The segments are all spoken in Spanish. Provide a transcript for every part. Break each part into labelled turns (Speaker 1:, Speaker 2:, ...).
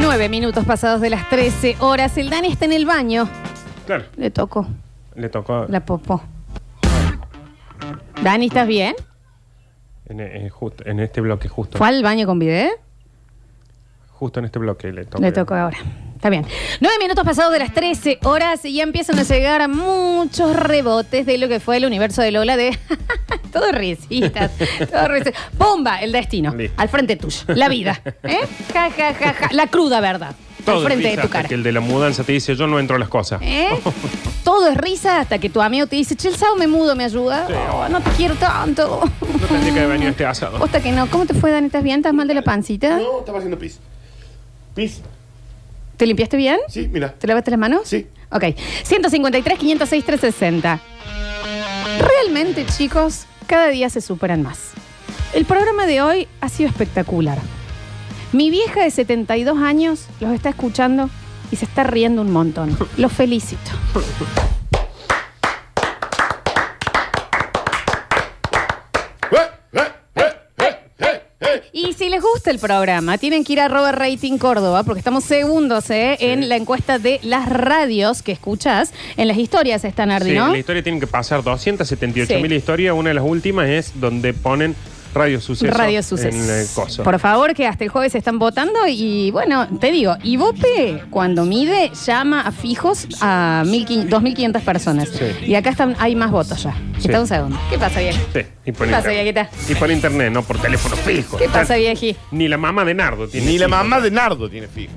Speaker 1: Nueve minutos pasados de las 13 horas. El Dani está en el baño.
Speaker 2: Claro,
Speaker 1: Le tocó
Speaker 2: le tocó
Speaker 1: la popó. Dani, ¿estás bien?
Speaker 2: en, en justo- en este bloque, justo.
Speaker 1: ¿Fue al baño con bidet?
Speaker 2: Justo en este bloque le tocó.
Speaker 1: Le tocó ahora. Está bien. Nueve minutos pasados de las 13 horas y ya empiezan a llegar muchos rebotes de lo que fue el universo de Lola de... todo risistas, todo risistas. ¡Bomba! El destino.
Speaker 2: Listo.
Speaker 1: Al frente tuyo. La vida. ¿Eh? Ja, ja, ja, ja. La cruda verdad.
Speaker 2: Todo
Speaker 1: al frente de
Speaker 2: empieza
Speaker 1: tu
Speaker 2: hasta
Speaker 1: cara.
Speaker 2: Que el de la mudanza te dice, yo no entro a las cosas.
Speaker 1: ¿Eh? Todo es risa hasta que tu amigo te dice, che, el sábado me mudo, me ayuda.
Speaker 2: Sí.
Speaker 1: Oh, no te quiero tanto.
Speaker 2: No tendría que haber venido este asado.
Speaker 1: Posta que no. ¿Cómo te fue, Dani? ¿Estás bien? ¿Estás mal de la pancita?
Speaker 3: Ah, No, estaba haciendo pis. ¿Pis?
Speaker 1: ¿Te limpiaste bien?
Speaker 3: Sí, mira.
Speaker 1: ¿Te lavaste las manos?
Speaker 3: Sí.
Speaker 1: Ok. 153, 506, 360. Realmente, chicos, cada día se superan más. El programa de hoy ha sido espectacular. Mi vieja de 72 años los está escuchando y se está riendo un montón. Los felicito. Y si les gusta el programa, tienen que ir a arroba rating Córdoba, porque estamos segundos ¿eh? en la encuesta de las radios que escuchas. En las historias están, Ardi,
Speaker 2: Sí,
Speaker 1: ¿no?
Speaker 2: la historia tiene que pasar 278 mil
Speaker 1: Sí.
Speaker 2: historias. Una de las últimas es donde ponen radio suceso.
Speaker 1: Radio
Speaker 2: En el
Speaker 1: Sucesos.
Speaker 2: coso.
Speaker 1: Por favor, que hasta el jueves están votando. Y bueno, te digo, Ibope, cuando mide, llama a fijos a 1500 2.500 personas.
Speaker 2: Sí.
Speaker 1: Y acá están, hay más votos ya.
Speaker 2: Sí.
Speaker 1: Está un segundo. ¿Qué pasa, viejo?
Speaker 2: Sí, y por
Speaker 1: ¿Qué pasa,
Speaker 2: internet. Y por internet, no por teléfono fijo.
Speaker 1: ¿Qué pasa,
Speaker 2: Tan-
Speaker 1: vieji?
Speaker 2: Ni la mamá de Nardo tiene.
Speaker 3: Ni la
Speaker 2: fijo.
Speaker 3: mamá de Nardo tiene fijo.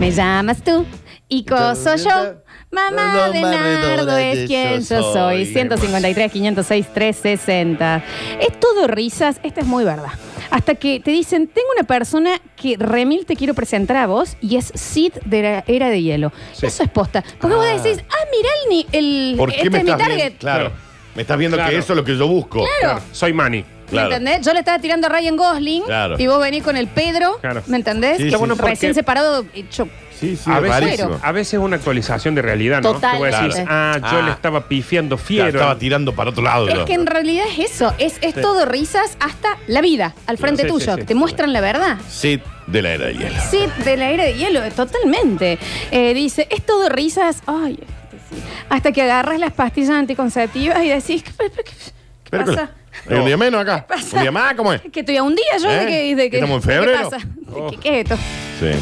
Speaker 1: Me llamas tú y coso yo. Mamá de Nardo es quien yo soy. 153, 506, 360. Es todo risas, esta es muy verdad. Hasta que te dicen, tengo una persona que remil te quiero presentar a vos y es Sid de la era de hielo.
Speaker 2: Sí.
Speaker 1: Eso es posta. Porque vos decís, ah, mirá el, ni- el
Speaker 3: ¿Por qué
Speaker 1: este
Speaker 3: me
Speaker 1: es mi
Speaker 3: estás
Speaker 1: target.
Speaker 3: viendo? Claro. Me estás viendo
Speaker 2: Claro.
Speaker 3: que eso es lo que yo busco.
Speaker 1: Claro.
Speaker 2: Soy Manny.
Speaker 1: ¿Me
Speaker 3: Claro.
Speaker 1: entendés? Yo le estaba tirando a Ryan Gosling
Speaker 3: Claro.
Speaker 1: y vos venís con el Pedro.
Speaker 2: Claro.
Speaker 1: ¿Me entendés?
Speaker 3: Sí, Está sí, bueno sí.
Speaker 2: porque-
Speaker 1: Recién separado, hecho
Speaker 3: Sí, sí,
Speaker 2: a,
Speaker 3: es
Speaker 2: veces,
Speaker 3: Ah, rarísimo.
Speaker 2: a veces una actualización de realidad, ¿no?
Speaker 1: Total.
Speaker 2: Que vos decís,
Speaker 1: Claro.
Speaker 2: ah, yo
Speaker 3: Ah.
Speaker 2: le estaba pifiando
Speaker 3: Ya,
Speaker 2: fiero.
Speaker 3: estaba tirando para otro lado.
Speaker 1: Es que en realidad es eso, es, es todo risas hasta la vida, al frente
Speaker 2: Sí, sí,
Speaker 1: tuyo.
Speaker 2: sí.
Speaker 1: Te muestran la verdad.
Speaker 3: Sid de la era de hielo.
Speaker 1: Sí, del aire de hielo, totalmente. Eh, dice, es todo risas, ay, este sí. hasta que agarras las pastillas anticonceptivas y decís, ¿qué, qué- qué- qué
Speaker 3: Pero,
Speaker 1: pasa?
Speaker 3: ¿Hay un día menos acá?
Speaker 1: ¿Qué pasa?
Speaker 3: ¿Un día más? ¿Cómo es?
Speaker 1: Que estoy a un día yo de
Speaker 3: ¿Eh?
Speaker 1: que... de que-
Speaker 3: ¿Estamos en
Speaker 1: ¿qué
Speaker 3: febrero?
Speaker 1: pasa? ¿De
Speaker 2: Oh.
Speaker 1: qué- qué es esto?
Speaker 3: Sí.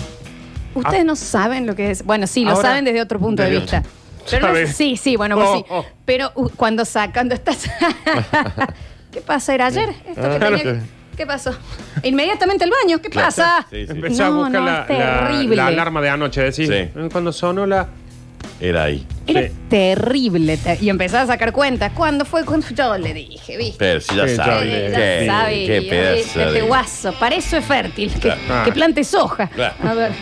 Speaker 1: Ustedes no saben lo que es. Bueno, sí, lo
Speaker 2: Ahora-
Speaker 1: saben desde otro punto de
Speaker 3: Ah. Desde
Speaker 1: vista.
Speaker 3: otro.
Speaker 1: Pero no-
Speaker 2: ¿Sabes?
Speaker 1: sí, sí, bueno, pues
Speaker 2: Oh,
Speaker 1: sí.
Speaker 2: oh.
Speaker 1: Pero uh, cuando sa- cuando estás. ¿Qué pasa? ¿Era ayer? Esto que
Speaker 3: Ah, claro
Speaker 1: tenía-
Speaker 3: que-
Speaker 1: ¿Qué pasó? Inmediatamente al baño, ¿qué pasa?
Speaker 3: Sí, sí.
Speaker 2: Empezá
Speaker 1: No,
Speaker 2: a buscar
Speaker 1: no,
Speaker 2: la,
Speaker 1: es
Speaker 2: la-
Speaker 1: terrible.
Speaker 2: la alarma de anoche, decís,
Speaker 3: Sí.
Speaker 2: eh, cuando sonó la...
Speaker 3: Era ahí.
Speaker 1: Era
Speaker 2: Sí.
Speaker 1: terrible. te- Y empezás a sacar cuentas. ¿Cuándo fue? Cuando yo le dije, ¿viste?
Speaker 3: Pero si ya
Speaker 2: Sí, ya
Speaker 3: sabe.
Speaker 2: vi.
Speaker 1: Eh,
Speaker 3: Qué-
Speaker 1: ya sabía,
Speaker 3: Qué
Speaker 1: ¿viste?
Speaker 3: pedazo.
Speaker 1: Este
Speaker 3: de-
Speaker 1: guaso, para eso es fértil, que,
Speaker 3: Claro.
Speaker 2: Ah.
Speaker 1: que plante soja.
Speaker 3: Claro.
Speaker 1: A ver.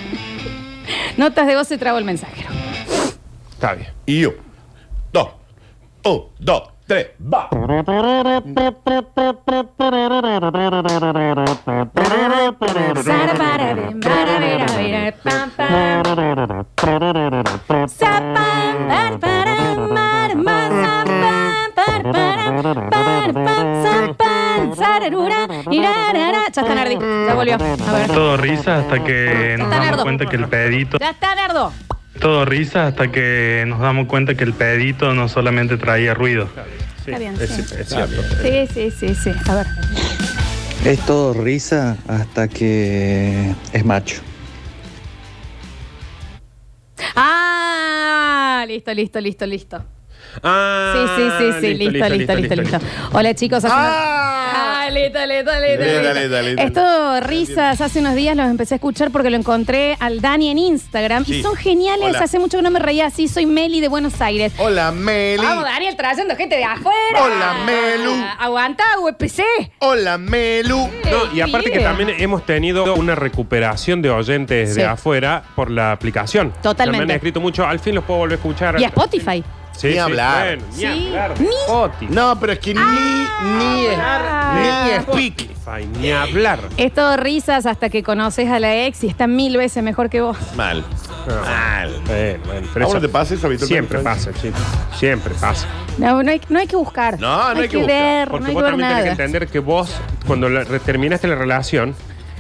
Speaker 1: Notas de voz se trabó el mensajero.
Speaker 2: Está bien.
Speaker 3: Y yo. Dos. Un, dos, tres, va.
Speaker 1: Ya está Nardi, ya volvió. A ver.
Speaker 4: Todo risa hasta que nos
Speaker 1: Nardo.
Speaker 4: damos cuenta que el pedito.
Speaker 1: Ya está Nardo.
Speaker 4: Todo risa hasta que nos damos cuenta que el pedito no solamente traía ruido.
Speaker 2: Sí,
Speaker 1: Está bien,
Speaker 2: es,
Speaker 1: sí.
Speaker 2: es cierto.
Speaker 1: Sí, sí, sí, sí. A ver.
Speaker 5: Es todo risa hasta que es macho.
Speaker 1: Ah, listo, listo, listo, listo.
Speaker 2: Ah,
Speaker 1: Sí, sí, sí, sí, listo, listo, listo, listo. Hola chicos, hace unos-
Speaker 3: Ah.
Speaker 1: Ah, listo, listo, listo,
Speaker 3: Dale,
Speaker 1: listo.
Speaker 3: dale, dale, dale.
Speaker 1: Esto, risas, hace unos días los empecé a escuchar porque lo encontré al Dani en Instagram y
Speaker 3: Sí.
Speaker 1: son geniales,
Speaker 3: Hola.
Speaker 1: hace mucho que no me reía así, soy Meli de Buenos Aires.
Speaker 3: Hola, Meli.
Speaker 1: Vamos Daniel, trayendo gente de afuera.
Speaker 3: Hola, Melu.
Speaker 1: Aguanta, UPC.
Speaker 3: Hola, Melu.
Speaker 2: No, y aparte que
Speaker 1: Pibe.
Speaker 2: también hemos tenido una recuperación de oyentes
Speaker 1: Sí.
Speaker 2: de afuera por la aplicación.
Speaker 1: Totalmente.
Speaker 2: O sea, Me han escrito mucho, al fin los puedo volver a escuchar.
Speaker 1: Y a Spotify.
Speaker 2: Sí,
Speaker 3: Ni
Speaker 2: sí,
Speaker 3: hablar.
Speaker 2: bueno, ni
Speaker 1: Sí.
Speaker 2: hablar de
Speaker 1: Ni-
Speaker 2: Spotify.
Speaker 3: No, pero es que ni,
Speaker 1: Ah,
Speaker 3: ni, ni speak.
Speaker 2: Spotify, Ni hablar.
Speaker 1: Es todo risas hasta que conoces a la ex y está mil veces mejor que vos.
Speaker 3: Mal.
Speaker 2: No.
Speaker 3: Mal.
Speaker 2: Bueno, bueno, pero
Speaker 3: ¿A vos
Speaker 2: eso-
Speaker 3: no te pasa eso habitualmente?
Speaker 2: Siempre pasa, chicos. Siempre pasa.
Speaker 1: No, no hay, no hay que buscar.
Speaker 3: No, no hay que buscar,
Speaker 1: ver, no
Speaker 2: Porque
Speaker 1: hay que
Speaker 2: vos
Speaker 1: ver
Speaker 2: también tenés que
Speaker 1: nada.
Speaker 2: entender que vos, cuando la- re- terminaste la relación,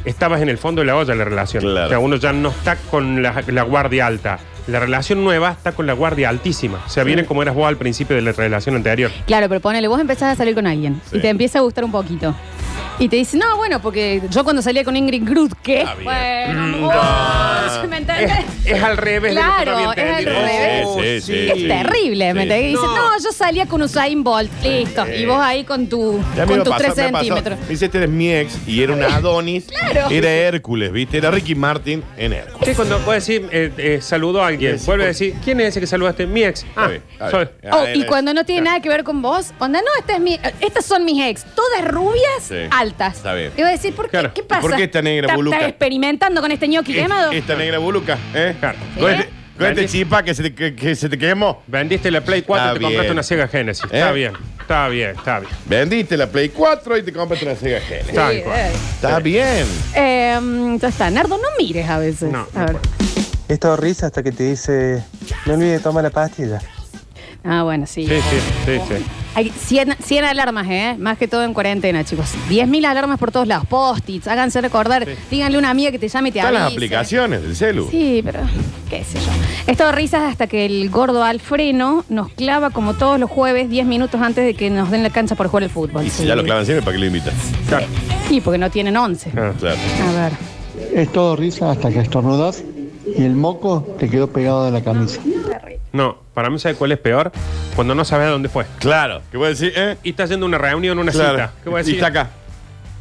Speaker 2: estabas en el fondo de la olla la relación.
Speaker 3: Claro.
Speaker 2: O sea, uno ya no está con la, la guardia alta. La relación nueva está con la guardia altísima. O sea, viene como eras vos al principio de la relación anterior.
Speaker 1: Claro, pero ponele, vos empezás a salir con alguien
Speaker 3: Sí.
Speaker 1: y te empieza a gustar un poquito. Y te dice, no, bueno, porque yo cuando salía con Ingrid Groot, ¿qué?
Speaker 3: Está bien. Ah.
Speaker 1: Bueno,
Speaker 2: Mm,
Speaker 1: vos, ¿me entendés?
Speaker 2: Es, es al revés. de lo que
Speaker 1: Claro,
Speaker 2: yo había
Speaker 1: es al
Speaker 2: entendido.
Speaker 1: revés.
Speaker 2: Oh,
Speaker 3: Sí, sí, sí,
Speaker 1: Es
Speaker 3: sí.
Speaker 1: terrible, ¿me
Speaker 3: Sí.
Speaker 1: entendés? Y dice,
Speaker 2: No.
Speaker 1: no, yo salía con Usain Bolt, listo. Y vos ahí con, tu,
Speaker 3: Ya me
Speaker 1: con
Speaker 3: iba a
Speaker 1: tus
Speaker 3: pasar,
Speaker 1: 3
Speaker 3: me pasó.
Speaker 1: centímetros.
Speaker 3: Me dice, este eres mi ex y era un Adonis.
Speaker 1: Claro.
Speaker 3: Era Hércules, ¿viste? Era Ricky Martin en Hércules.
Speaker 2: Sí, cuando vos decís, eh, eh, saludó a alguien,
Speaker 3: Sí, sí,
Speaker 2: vuelve a
Speaker 3: por-
Speaker 2: decir, ¿quién es ese que saludaste? Mi ex. Ah,
Speaker 3: bien, está
Speaker 2: soy.
Speaker 3: bien.
Speaker 1: Oh,
Speaker 3: Ah,
Speaker 1: y
Speaker 3: era-
Speaker 1: cuando no tiene nada que ver con vos, onda, no, esta es mi, estas son mis ex, todas rubias,
Speaker 3: Sí,
Speaker 1: altas.
Speaker 3: está bien.
Speaker 1: Y voy a decir, ¿por qué?
Speaker 2: Claro.
Speaker 1: ¿Qué pasa?
Speaker 3: ¿Por qué esta negra
Speaker 1: ¿Está-
Speaker 3: boluca?
Speaker 1: ¿Está experimentando con este ñoqui quemado?
Speaker 3: Esta negra buluca, ¿eh?
Speaker 2: Claro.
Speaker 3: Con
Speaker 1: ¿Eh?
Speaker 3: este, con este
Speaker 2: Dale.
Speaker 3: chipa que se te, que- que se te quemó.
Speaker 2: Vendiste la Play 4
Speaker 3: Está
Speaker 2: y te compraste
Speaker 3: bien.
Speaker 2: una Sega Genesis. Está
Speaker 3: ¿Eh?
Speaker 2: bien, está bien, está bien.
Speaker 3: Vendiste la Play 4 y te compraste una Sega Genesis.
Speaker 2: Tal
Speaker 1: Sí,
Speaker 2: cual.
Speaker 1: eh.
Speaker 3: Está bien.
Speaker 1: Eh, ya está. Nardo, no mires a veces.
Speaker 2: No,
Speaker 1: A
Speaker 2: no
Speaker 1: ver.
Speaker 2: puedo.
Speaker 5: Esto risa hasta que te dice, no olvides tomar la pastilla.
Speaker 1: Ah, bueno, sí.
Speaker 2: Sí, sí, sí, sí.
Speaker 1: Hay 100, 100 alarmas, ¿eh? Más que todo en cuarentena, chicos. 10.000 alarmas por todos lados. Post-its, háganse recordar. Díganle a una amiga que te llame y te
Speaker 3: Están
Speaker 1: avise.
Speaker 3: las aplicaciones del celu.
Speaker 1: Sí, pero qué sé yo. Esto risas hasta que el gordo Alfreno nos clava como todos los jueves 10 minutos antes de que nos den la cancha por jugar al fútbol.
Speaker 3: Y
Speaker 1: Sí.
Speaker 3: si ya lo clavan siempre, ¿para qué lo invitan?
Speaker 2: Claro.
Speaker 1: Sí, porque no tienen 11.
Speaker 2: Ah.
Speaker 3: Claro.
Speaker 1: A ver.
Speaker 6: Es todo risa hasta que estornudas y el moco te quedó pegado de la camisa.
Speaker 2: No, para mí, ¿sabes cuál es peor? Cuando no sabes a dónde fue.
Speaker 3: Claro. ¿Qué voy a decir? ¿Eh?
Speaker 2: Y estás yendo a una reunión, una
Speaker 3: Claro.
Speaker 2: cita. ¿Qué voy a
Speaker 3: Y
Speaker 2: decir?
Speaker 3: está acá.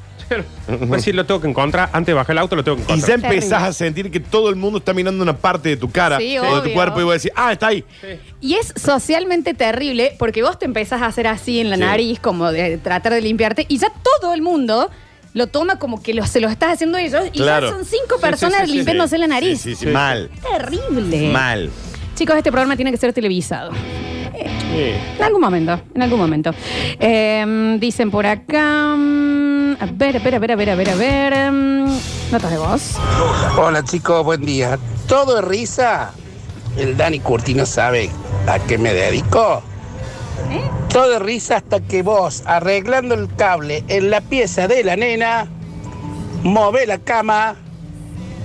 Speaker 2: Voy a decir, lo tengo que encontrar. Antes de bajar el auto, lo tengo que
Speaker 3: Y ya
Speaker 2: encontrar.
Speaker 3: empezás a sentir que todo el mundo está mirando una parte de tu cara
Speaker 1: Sí,
Speaker 3: o de
Speaker 1: obvio.
Speaker 3: tu cuerpo y voy a decir, ah, está ahí.
Speaker 1: Y es socialmente terrible porque vos te empezás a hacer así en la
Speaker 3: Sí.
Speaker 1: nariz, como de tratar de limpiarte, y ya todo el mundo lo toma como que lo- se lo estás haciendo ellos, y
Speaker 3: Claro.
Speaker 1: ya son cinco
Speaker 2: Sí,
Speaker 1: personas
Speaker 2: sí, sí, sí.
Speaker 1: limpiándose la nariz.
Speaker 3: Sí, sí, sí. Mal.
Speaker 1: Terrible.
Speaker 3: Mal.
Speaker 1: Chicos, este programa tiene que ser televisado.
Speaker 2: Sí.
Speaker 1: En algún momento, en algún momento. Eh, dicen por acá. mm, A ver, a ver, a ver, a ver, a ver, a ver. mm, Notas de voz.
Speaker 7: Hola chicos, buen día. Todo es risa. El Dani Curtino sabe a qué me dedico. Todo es risa hasta que vos, arreglando el cable en la pieza de la nena, move la cama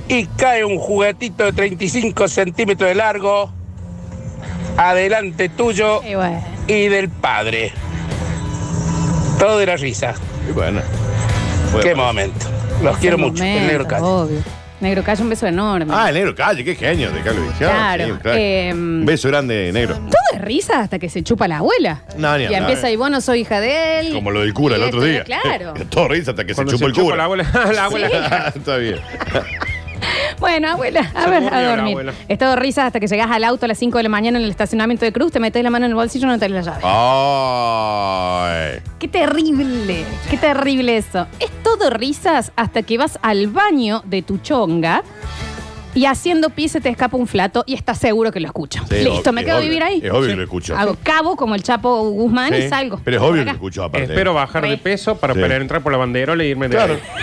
Speaker 7: y cae un juguetito de 35 centímetros de largo adelante tuyo
Speaker 1: Eh, bueno.
Speaker 7: y del padre. Todo era risa.
Speaker 3: Y bueno.
Speaker 7: Qué momento. Los quiero
Speaker 1: Ese
Speaker 7: mucho. El
Speaker 1: momento,
Speaker 7: negro Calle.
Speaker 1: obvio. Negro Calle, un beso enorme.
Speaker 3: Ah, el negro calle, qué genio de Calvisión.
Speaker 1: Claro, em,
Speaker 3: Beso grande, negro.
Speaker 1: Todo es risa hasta que se chupa la abuela.
Speaker 3: No, ni
Speaker 1: y
Speaker 3: hablar.
Speaker 1: empieza, y vos no soy hija de él.
Speaker 3: Como lo del cura el
Speaker 1: Y
Speaker 3: otro
Speaker 1: esto,
Speaker 3: día.
Speaker 1: este, Claro.
Speaker 3: Todo risa hasta que
Speaker 2: Cuando
Speaker 3: se chupó el cura.
Speaker 2: la abuela. la abuela.
Speaker 3: Está bien.
Speaker 1: Bueno, abuela, a
Speaker 2: Se
Speaker 1: ver,
Speaker 2: murió
Speaker 1: a
Speaker 2: la
Speaker 1: dormir.
Speaker 2: abuela.
Speaker 1: He estado risas hasta que llegás al auto a las 5 de la mañana en el estacionamiento de Cruz, te metes la mano en el bolsillo y no te la llave.
Speaker 3: Ah. Ay.
Speaker 1: Qué terrible, qué terrible eso. Es todo risas hasta que vas al baño de tu chonga y haciendo pis se te escapa un flato y estás seguro que lo escucho.
Speaker 3: Sí,
Speaker 1: Listo,
Speaker 3: ob-
Speaker 1: me
Speaker 3: es
Speaker 1: quedo a
Speaker 3: obvio.
Speaker 1: vivir ahí.
Speaker 3: Es obvio que lo escucho.
Speaker 1: Hago cabo como el Chapo Guzmán
Speaker 3: Sí,
Speaker 1: y salgo.
Speaker 3: Pero es
Speaker 1: Por
Speaker 3: obvio que
Speaker 1: acá.
Speaker 3: lo escucho aparte.
Speaker 2: Espero bajar de peso para
Speaker 3: Sí.
Speaker 2: poder entrar por la banderola y irme de
Speaker 3: Claro.
Speaker 2: ahí.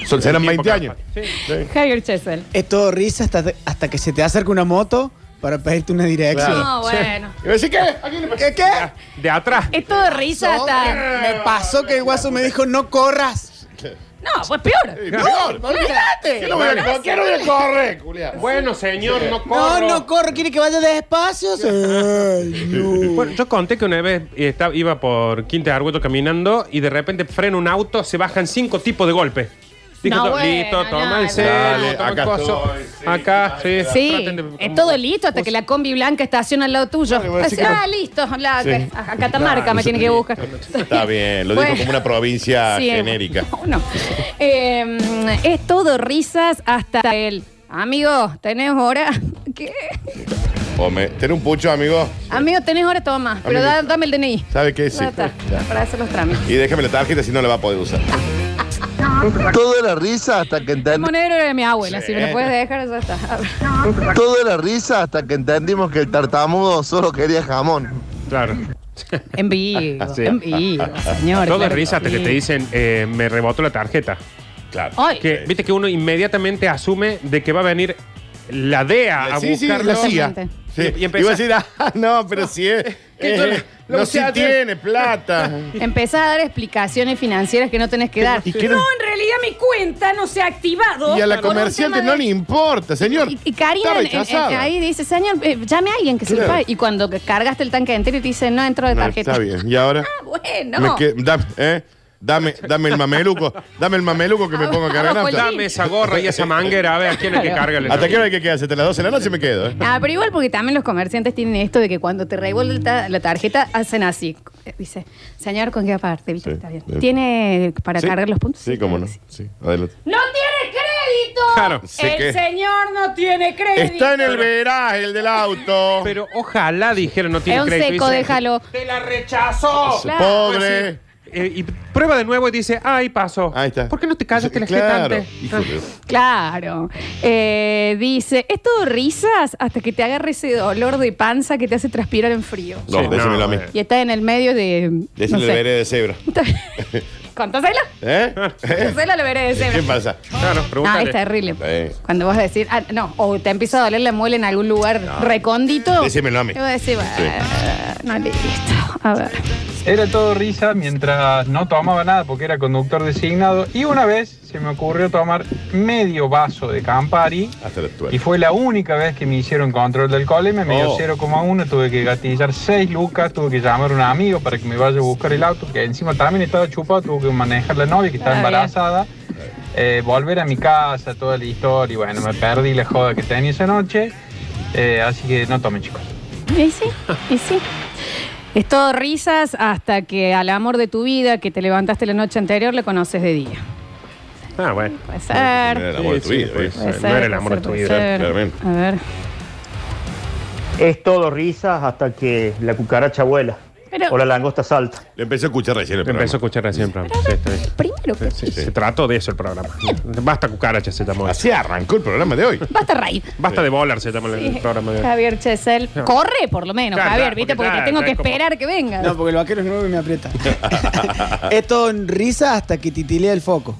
Speaker 3: sí. Son- Serán
Speaker 2: El
Speaker 3: 20
Speaker 2: tiempo
Speaker 3: años.
Speaker 2: que- Sí.
Speaker 1: Javier Chesel.
Speaker 8: Es todo risa hasta, hasta que se te acerca una moto para pedirte una dirección.
Speaker 3: Claro.
Speaker 1: No, bueno.
Speaker 3: Y voy a decir, ¿qué? ¿A quién le pasó?
Speaker 8: ¿Qué? ¿Qué?
Speaker 2: De atrás.
Speaker 1: Es todo risa hasta.
Speaker 8: Me pasó que el guaso me dijo no corras.
Speaker 1: No, pues peor.
Speaker 3: Sí, peor. ¿Qué no voy a correr? ¿Qué no voy a correr, Julián?
Speaker 2: Bueno, señor, no
Speaker 8: No,
Speaker 2: corro.
Speaker 8: no corro, quiere que vaya despacio. Ay, no.
Speaker 2: Bueno, yo conté que una vez esta- iba por Quinta de Argueto caminando y de repente frena un auto, se bajan cinco tipos de golpes. Dije,
Speaker 1: No,
Speaker 2: "To-
Speaker 1: bueno,
Speaker 2: listo, toma
Speaker 1: no,
Speaker 2: el celo,
Speaker 3: Dale,
Speaker 2: toma el
Speaker 3: acá
Speaker 2: coso".
Speaker 3: estoy, sí,
Speaker 2: acá, sí.
Speaker 1: Sí,
Speaker 2: traten de-
Speaker 1: es todo listo hasta que la combi blanca estaciona al lado tuyo.
Speaker 3: Claro, voy a decir que
Speaker 1: ah,
Speaker 3: no.
Speaker 1: listo, la,
Speaker 3: Sí.
Speaker 1: a Catamarca me tiene que buscar.
Speaker 3: Está bien, lo dijo
Speaker 1: Bueno.
Speaker 3: como una provincia
Speaker 1: Sí, eh,
Speaker 3: genérica.
Speaker 1: No, no. Eh, es todo risas hasta el... Amigo, ¿tenés hora? ¿Qué?
Speaker 3: O me, tener un pucho, amigo,
Speaker 1: Amigo, ¿tenés hora? Toma, pero
Speaker 3: Amigo.
Speaker 1: da- dame el DNI.
Speaker 3: ¿sabe qué? Sí.
Speaker 1: Ya está,
Speaker 3: Ya.
Speaker 1: para hacer los trámites.
Speaker 3: Y déjame la tarjeta si no la va a poder usar.
Speaker 9: Todo era risa hasta que
Speaker 1: El
Speaker 9: entendimos.
Speaker 1: monedero era de mi abuela,
Speaker 3: Sí.
Speaker 1: si me lo puedes dejar, ya está. A ver.
Speaker 9: Todo era risa hasta que entendimos que el tartamudo solo quería jamón.
Speaker 2: Claro.
Speaker 1: En vivo,
Speaker 2: Sí.
Speaker 1: en vivo, señor.
Speaker 2: Todo
Speaker 1: claro
Speaker 2: es risa
Speaker 1: que
Speaker 2: hasta que
Speaker 1: sí.
Speaker 2: te dicen, eh, me rebotó la tarjeta.
Speaker 3: Claro.
Speaker 1: Ay.
Speaker 2: Que, Viste que uno inmediatamente asume de que va a venir la DEA a
Speaker 3: sí, sí,
Speaker 2: buscarlo.
Speaker 3: la CIA.
Speaker 1: Totalmente.
Speaker 3: Sí.
Speaker 2: Y- y
Speaker 3: Y,
Speaker 2: empezás-
Speaker 3: iba a decir, ah, no, pero si es. eh,
Speaker 2: lo que
Speaker 3: no, si
Speaker 2: hace-
Speaker 3: tiene plata.
Speaker 1: Empezás a dar explicaciones financieras que no tenés que dar.
Speaker 3: ¿Y qué
Speaker 1: no,
Speaker 3: era?
Speaker 1: en realidad mi cuenta no se ha activado.
Speaker 3: Y a la
Speaker 1: por un
Speaker 3: comerciante
Speaker 1: tema
Speaker 3: no
Speaker 1: de-
Speaker 3: le importa, señor.
Speaker 1: Y, y Karina
Speaker 3: Está
Speaker 1: en- en-
Speaker 3: rechazada.
Speaker 1: en- ahí dice, señor, eh, llame a alguien que se
Speaker 3: Claro.
Speaker 1: sepa. Y cuando cargaste el tanque entero y te dice, no entró de
Speaker 3: No,
Speaker 1: tarjeta.
Speaker 3: está bien. ¿Y ahora?
Speaker 1: Ah, bueno.
Speaker 3: Me que- da- eh, dame, dame el mameluco. Dame el mameluco que me pongo a cargar
Speaker 1: Abajo el
Speaker 3: nafta.
Speaker 1: jean.
Speaker 2: Dame esa gorra y esa manguera, a ver a quién es que
Speaker 1: Claro.
Speaker 2: carga el
Speaker 3: ¿Hasta qué hora hay que quedarse? ¿Hasta las 12 de la noche me quedo? eh?
Speaker 1: Ah, pero igual porque también los comerciantes tienen esto de que cuando te revuelta la tarjeta hacen así. Dice, señor, ¿con qué parte? Viste,
Speaker 3: Sí,
Speaker 1: está bien.
Speaker 3: bien.
Speaker 1: ¿Tiene para
Speaker 3: Sí.
Speaker 1: cargar los puntos?
Speaker 3: Sí, cómo no.
Speaker 1: claro que sí.
Speaker 3: Sí, adelante.
Speaker 1: ¡No tiene crédito!
Speaker 2: Claro.
Speaker 3: Sé
Speaker 1: el
Speaker 3: que-
Speaker 1: señor no tiene crédito.
Speaker 3: Está en el veraje, el del auto.
Speaker 2: Pero ojalá dijeron no tiene
Speaker 1: Es un
Speaker 2: crédito.
Speaker 1: seco,
Speaker 2: Dice,
Speaker 1: déjalo.
Speaker 2: ¡Te la rechazó!
Speaker 1: Claro. pues
Speaker 3: Pobre.
Speaker 2: Eh, y prueba de nuevo y dice, ay, pasó.
Speaker 3: Ahí está.
Speaker 2: ¿Por qué no te callaste el
Speaker 3: Claro.
Speaker 2: claro.
Speaker 3: Hijo de-
Speaker 1: Claro. Eh, dice, es todo risas hasta que te agarre ese dolor de panza que te hace transpirar en frío.
Speaker 3: No,
Speaker 2: Sí,
Speaker 3: decímelo
Speaker 2: no,
Speaker 3: a mí.
Speaker 2: eh.
Speaker 1: Y está en el medio de... No
Speaker 3: Decímelo al
Speaker 1: sé.
Speaker 3: veré de cebra.
Speaker 1: Contásela.
Speaker 3: ¿Eh?
Speaker 1: Contásela la veré de cebra.
Speaker 3: ¿Qué pasa?
Speaker 2: Claro,
Speaker 1: Ah,
Speaker 2: pregúntale.
Speaker 1: es terrible.
Speaker 3: Sí.
Speaker 1: Cuando vas a decir, ah, no, o te empieza a doler la muela en algún lugar recóndito.
Speaker 3: Decímelo a mí.
Speaker 1: Yo voy a decir, "Bah, no, listo. A ver.
Speaker 10: Era todo risa mientras no tomaba nada porque era conductor designado y una vez se me ocurrió tomar medio vaso de Campari
Speaker 3: Hasta la
Speaker 10: y
Speaker 3: actual.
Speaker 10: fue la única vez que me hicieron control de alcohol y me dio
Speaker 3: Oh.
Speaker 10: 0,1, tuve que gatillar 6 lucas, tuve que llamar a un amigo para que me vaya a buscar el auto que encima también estaba chupado, tuve que manejar la novia que estaba
Speaker 1: Ah, bien.
Speaker 10: embarazada. Eh, volver a mi casa, toda la historia, y bueno, me perdí la joda que tenía esa noche, Eh, así que no tomen chicos.
Speaker 1: Y sí, y sí. Es todo risas hasta que al amor de tu vida que te levantaste la noche anterior le conoces de día.
Speaker 2: Ah, bueno.
Speaker 1: Puede
Speaker 3: Era
Speaker 1: ser.
Speaker 3: el amor de tu vida,
Speaker 2: Sí, sí,
Speaker 3: ¿eh?
Speaker 2: sí.
Speaker 1: puede
Speaker 2: No
Speaker 1: ser,
Speaker 2: era el
Speaker 1: puede
Speaker 2: amor
Speaker 1: ser,
Speaker 2: de tu
Speaker 1: puede
Speaker 2: vida,
Speaker 1: ser.
Speaker 3: claramente.
Speaker 1: A ver.
Speaker 11: Es todo risas hasta que la cucaracha vuela
Speaker 1: Pero-
Speaker 11: o la langosta salta.
Speaker 3: Lo empecé a escuchar recién el
Speaker 2: Empezó a
Speaker 3: programa.
Speaker 2: escuchar recién, pero- sí, está bien.
Speaker 1: Primero, que
Speaker 2: Sí, Se trató de eso el programa. Basta cucaracha se llamó eso.
Speaker 3: Así arrancó el programa de hoy.
Speaker 1: basta reír.
Speaker 2: Basta de volar se llama el programa de hoy.
Speaker 1: Javier Chesel, corre por lo menos,
Speaker 2: Claro,
Speaker 1: Javier,
Speaker 2: claro,
Speaker 1: ¿viste?
Speaker 2: porque
Speaker 1: Porque te tengo
Speaker 2: está-
Speaker 1: que
Speaker 2: está como-
Speaker 1: esperar que venga.
Speaker 8: No, porque el vaquero es nuevo y me aprieta. Esto en risa hasta que titilea el foco.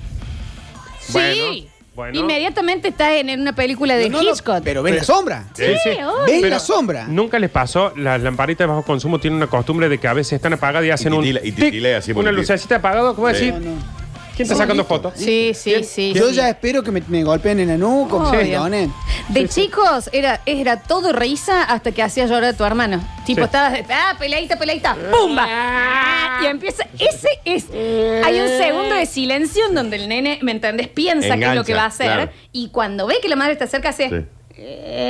Speaker 1: sí.
Speaker 2: bueno.
Speaker 1: Inmediatamente estás en, en una película de
Speaker 8: No, no, no,
Speaker 1: Hitchcock.
Speaker 8: pero ven la sombra.
Speaker 1: Sí,
Speaker 2: Sí, sí.
Speaker 1: obvio.
Speaker 8: ¿Ves
Speaker 2: Pero
Speaker 8: la sombra?
Speaker 2: Nunca les pasó, las lamparitas de bajo consumo tienen una costumbre de que a veces están apagadas y hacen
Speaker 3: titila-
Speaker 2: un
Speaker 3: y titilea
Speaker 2: tic,
Speaker 3: así,
Speaker 2: una
Speaker 3: porque-
Speaker 2: lucecita apagada, ¿cómo
Speaker 3: Sí.
Speaker 2: decir?
Speaker 8: No, no.
Speaker 2: ¿Quién está sacando fotos?
Speaker 1: Sí, sí, sí.
Speaker 8: Yo
Speaker 1: sí.
Speaker 8: ya espero que me, me golpeen en la nuca, me
Speaker 1: Obvio.
Speaker 8: perdonen.
Speaker 1: De chicos era, era todo risa hasta que hacía llorar a tu hermano. Tipo,
Speaker 2: Sí.
Speaker 1: estabas, ah, peleadita, peleadita, ¡pumba! Ah, Y empieza, ese es, hay un segundo de silencio en donde el nene, ¿me entendés? Piensa que es lo
Speaker 3: Engancha,
Speaker 1: que va a hacer.
Speaker 3: claro.
Speaker 1: Y cuando ve que la madre está cerca, hace...
Speaker 3: Sí.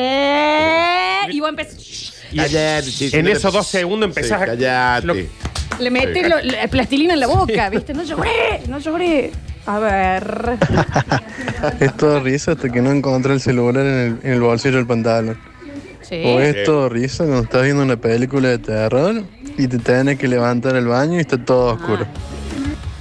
Speaker 1: "Eh", y vos empezás,
Speaker 2: Y en esos dos segundos empezás
Speaker 3: Sí,
Speaker 2: a-
Speaker 3: cállate.
Speaker 2: lo-
Speaker 1: le metes lo- la plastilina en la boca, ¿viste? No lloré, no lloré. A ver.
Speaker 5: Es todo risa hasta que no encontré el celular en el, en el bolsillo del pantalón.
Speaker 1: Sí.
Speaker 5: O es todo risa cuando estás viendo una película de terror y te tienes que levantar al baño y está todo
Speaker 1: Ah.
Speaker 5: oscuro.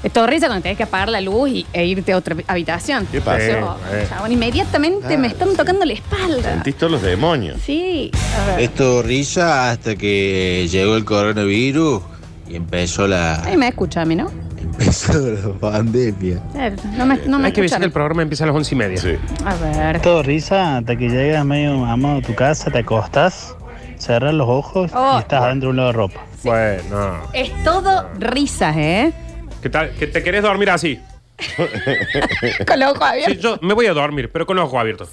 Speaker 1: Es todo risa cuando tenés que apagar la luz y- e irte a otra habitación.
Speaker 3: ¿Qué pasa?
Speaker 1: Sí,
Speaker 2: eh.
Speaker 1: chabón, inmediatamente me están tocando la espalda.
Speaker 3: Sentís todos los demonios.
Speaker 1: Sí, a ver.
Speaker 11: Esto risa hasta que llegó el coronavirus y empezó
Speaker 1: Ahí
Speaker 11: la,
Speaker 1: me escucha a mí, ¿no?
Speaker 11: empezó la pandemia.
Speaker 1: Claro, No me, no me
Speaker 2: Hay que
Speaker 1: escucha a
Speaker 2: avisar
Speaker 1: mí.
Speaker 2: que el programa empieza a las once y media.
Speaker 3: Sí.
Speaker 1: A ver.
Speaker 11: Todo risa hasta que llegas medio mamado a tu casa, te acostás, cerras los ojos
Speaker 1: Oh.
Speaker 11: y estás adentro de un lado de ropa.
Speaker 2: Bueno.
Speaker 1: Es todo risas, ¿eh?
Speaker 2: ¿Qué tal? ¿Que te querés dormir así?
Speaker 1: Con los ojos
Speaker 2: Sí,
Speaker 1: abiertos.
Speaker 2: yo me voy a dormir, pero con los ojos abiertos.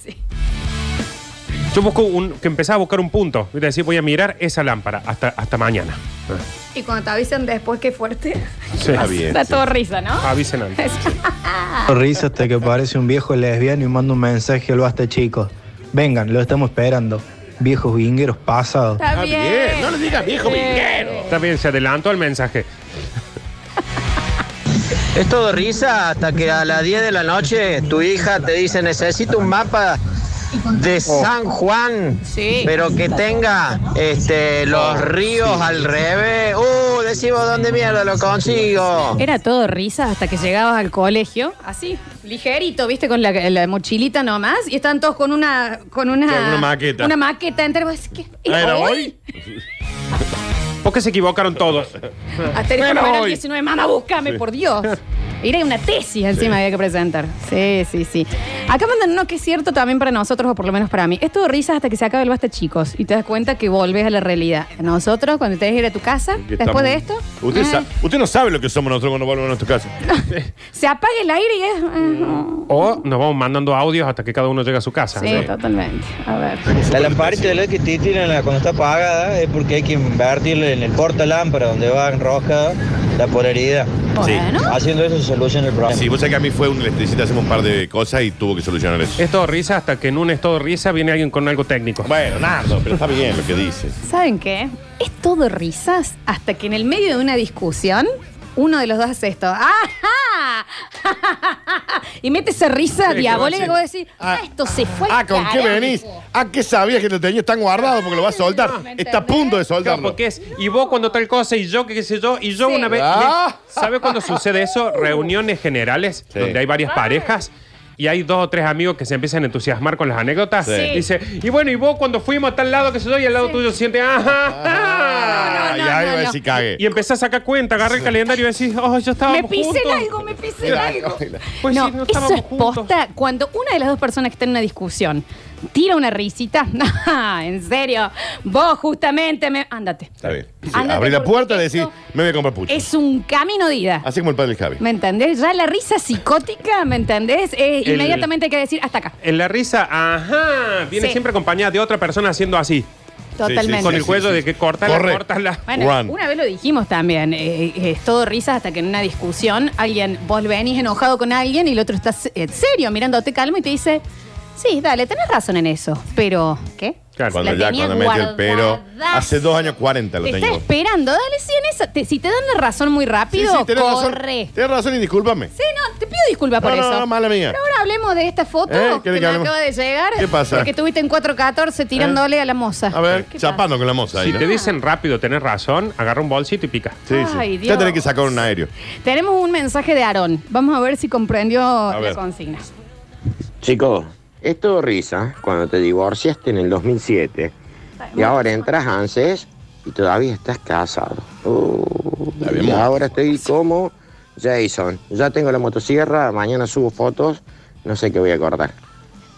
Speaker 2: Yo busco un, que empezaba a buscar un punto. Es decir, voy a mirar esa lámpara hasta, hasta mañana.
Speaker 1: Y cuando te avisan después qué fuerte.
Speaker 2: Sí.
Speaker 3: Está bien.
Speaker 1: Está todo risa, ¿no?
Speaker 2: Avisen antes.
Speaker 11: Risa hasta que aparece un viejo lesbiano y manda un mensaje al basta chicos. Vengan, lo estamos esperando. Viejos vingueros pasados.
Speaker 1: Está
Speaker 3: Ah,
Speaker 1: bien. Eh,
Speaker 3: bien. No le digas viejo vinguero.
Speaker 2: Está bien, se adelantó el mensaje.
Speaker 11: Es todo risa hasta que a las 10 de la noche tu hija te dice necesito un mapa de San Juan,
Speaker 1: Sí.
Speaker 11: pero que tenga este, los ríos al revés. Uh, decimos dónde mierda lo consigo.
Speaker 1: Era todo risas hasta que llegabas al colegio, así, ligerito, viste, con la, la mochilita nomás, y estaban todos con una, con una,
Speaker 3: Con una maqueta.
Speaker 1: Una maqueta entera. Vos, ¿qué? ¿Es
Speaker 3: Ah, ¿Era hoy?
Speaker 2: ¿Por qué se equivocaron todos?
Speaker 1: Hasta el
Speaker 3: Era
Speaker 1: número
Speaker 3: hoy.
Speaker 1: 19, mamá, búscame, por Dios. Era una tesis encima había que presentar. Sí, sí, sí. Acá mandan uno que es cierto también para nosotros, o por lo menos para mí. Esto de risas hasta que se acabe el basta, chicos, y te das cuenta que volves a la realidad. Nosotros, cuando te que ir a tu casa,
Speaker 3: Que
Speaker 1: después
Speaker 3: estamos-
Speaker 1: de esto,
Speaker 3: Usted,
Speaker 1: eh,
Speaker 3: sa- usted no sabe lo que somos nosotros cuando volvemos a nuestra casa.
Speaker 1: se apaga el aire y es.
Speaker 3: Mm.
Speaker 1: eh, oh.
Speaker 2: O nos vamos mandando audios hasta que cada uno llega a su casa.
Speaker 1: sí, totalmente. A ver.
Speaker 12: La lamparita de la que te tiran la- cuando está apagada es porque hay que invertirle en el porta lámpara donde va enroscada la polaridad.
Speaker 1: Bueno.
Speaker 10: Ah.
Speaker 12: Haciendo eso se soluciona el problema.
Speaker 3: Sí, vos sabés que a mí fue un electricista, hacemos un par de cosas y tuvo que solucionar eso.
Speaker 2: Es todo risa hasta que en un es todo risa viene alguien con algo técnico.
Speaker 3: Bueno, Nardo, pero está bien lo que dices.
Speaker 1: ¿Saben qué? Es todo risas hasta que en el medio de una discusión uno de los dos hace esto. ¡Ajá! y mete esa risa
Speaker 3: Sí, que
Speaker 1: diabólica y
Speaker 3: va
Speaker 1: voy
Speaker 3: a
Speaker 1: a
Speaker 3: decir,
Speaker 1: decir, ah, esto se fue.
Speaker 3: Ah, ¿con qué
Speaker 1: carajo".
Speaker 3: venís? Ah, ¿qué sabías que lo tenías tan guardado porque lo vas a soltar? Está a punto de
Speaker 2: Claro,
Speaker 3: soltarlo.
Speaker 2: porque es, y vos cuando tal cosa, y yo, que qué sé yo, y yo
Speaker 1: Sí.
Speaker 2: una vez.
Speaker 3: Ah.
Speaker 2: ¿Sabes cuando sucede eso? Reuniones generales, donde hay
Speaker 1: Ah.
Speaker 2: varias parejas. Y hay dos o tres amigos que se empiezan a entusiasmar con las anécdotas.
Speaker 3: Sí.
Speaker 2: Dice, y bueno, y vos cuando fuimos a tal lado, que sé yo, y al lado tuyo siente, ajá,
Speaker 3: Ah, y ahí va a decir cague.
Speaker 2: Y empezás a sacar cuenta, agarra el calendario y decís, oh, yo estaba.
Speaker 1: Me pisé en algo, me pisé en algo.
Speaker 2: Pues
Speaker 1: no,
Speaker 2: sí,
Speaker 1: eso
Speaker 2: no
Speaker 1: es
Speaker 2: estábamos juntos.
Speaker 1: posta. Cuando una de las dos personas que está en una discusión tira una risita, "Ah, en serio, vos justamente me. Ándate.
Speaker 3: Está bien. Sí,
Speaker 1: Ándate
Speaker 3: Abrí la
Speaker 1: porque
Speaker 3: puerta y
Speaker 1: esto-
Speaker 3: decís, me voy a comprar pucho.
Speaker 1: Es un camino de ida.
Speaker 3: Así como el padre del Javi.
Speaker 1: ¿Me entendés? Ya la risa psicótica, ¿me entendés? Eh,
Speaker 2: El-
Speaker 1: Inmediatamente hay que decir hasta acá.
Speaker 2: En la risa, ajá, viene
Speaker 1: Sí.
Speaker 2: siempre acompañada de otra persona haciendo así.
Speaker 1: Totalmente.
Speaker 2: Con el cuello de que cortala,
Speaker 3: Corre.
Speaker 2: cortala.
Speaker 1: Bueno,
Speaker 3: Run.
Speaker 1: una vez lo dijimos también, eh, es todo risas hasta que en una discusión alguien, vos venís enojado con alguien y el otro está se- en serio mirándote calmo y te dice, sí, dale, tenés razón en eso, pero ¿qué?
Speaker 2: Claro.
Speaker 3: Cuando
Speaker 1: La
Speaker 3: ya,
Speaker 1: tenía
Speaker 3: cuando mete el pero.
Speaker 1: guardada.
Speaker 3: Hace dos años 40 lo
Speaker 1: Te está
Speaker 3: tengo.
Speaker 1: esperando, dale, sí, en eso. Te- si te dan la razón muy
Speaker 3: Sí,
Speaker 1: rápido,
Speaker 3: sí, tenés razón.
Speaker 1: corre.
Speaker 3: Tenés razón y discúlpame.
Speaker 1: Sí, no, te pido disculpas por
Speaker 3: No,
Speaker 1: eso.
Speaker 3: no, no, mala mía.
Speaker 1: Pero ahora hablemos de esta foto
Speaker 3: ¿Eh?
Speaker 1: que,
Speaker 3: ¿Querés que
Speaker 1: me
Speaker 3: hablemos?
Speaker 1: acaba de llegar.
Speaker 3: ¿Qué pasa? Eh,
Speaker 1: Porque estuviste en 414 tirándole a la moza.
Speaker 3: A ver,
Speaker 1: ¿Qué
Speaker 3: chapando con la moza ahí,
Speaker 2: Si
Speaker 3: ¿no?
Speaker 2: te dicen rápido, tenés razón, agarra un bolsito y pica.
Speaker 3: Sí, sí.
Speaker 1: Ay,
Speaker 3: Ya
Speaker 1: Dios.
Speaker 3: tenés que sacar un aéreo.
Speaker 1: pasa? Tenemos un mensaje de Aarón. Vamos a ver si comprendió la
Speaker 3: ver.
Speaker 1: consigna.
Speaker 13: Chicos, es todo risa cuando te divorciaste en el 2007 y ahora entras a ANSES y todavía estás casado. Uh, y ahora estoy como Jason. Ya tengo la motosierra, mañana subo fotos, no sé qué voy a cortar.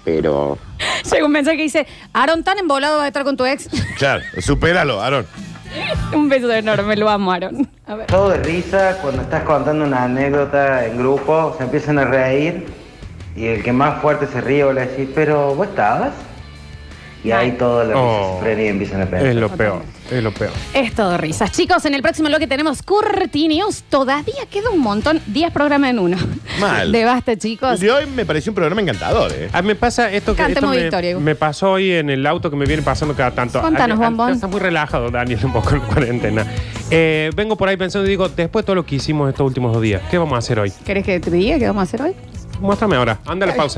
Speaker 13: Pero
Speaker 1: Llega un mensaje que dice, Aarón, tan embolado va a estar con tu ex.
Speaker 3: Claro, supéralo, Aaron.
Speaker 1: un beso enorme, lo amo, Aarón. A ver.
Speaker 12: Todo de risa cuando estás contando una anécdota en grupo, se empiezan a reír y el que más fuerte se ríe o le decís, pero vos estabas. Y ahí toda la
Speaker 2: Oh.
Speaker 12: esquizofrenia empiezan a pensar.
Speaker 2: Es lo peor, es lo peor.
Speaker 1: Es todo risas. Chicos, en el próximo bloque tenemos Curti News. Todavía queda un montón. 10 programas en uno.
Speaker 3: Mal.
Speaker 1: De basta, chicos.
Speaker 3: El de hoy me pareció un programa encantador, ¿eh?
Speaker 2: A mí Ah, me pasa esto que esto
Speaker 1: Cantemos
Speaker 2: me,
Speaker 1: Victoria.
Speaker 2: me pasó hoy en el auto que me viene pasando cada tanto.
Speaker 1: Contanos,
Speaker 2: A- a-
Speaker 1: bombón.
Speaker 2: Está muy relajado, Daniel, un poco en cuarentena. Eh, vengo por ahí pensando y digo, después de todo lo que hicimos estos últimos dos días, ¿qué vamos a hacer hoy?
Speaker 1: ¿Querés que te diga qué vamos a hacer hoy?
Speaker 2: Muéstrame ahora. Anda a la pausa.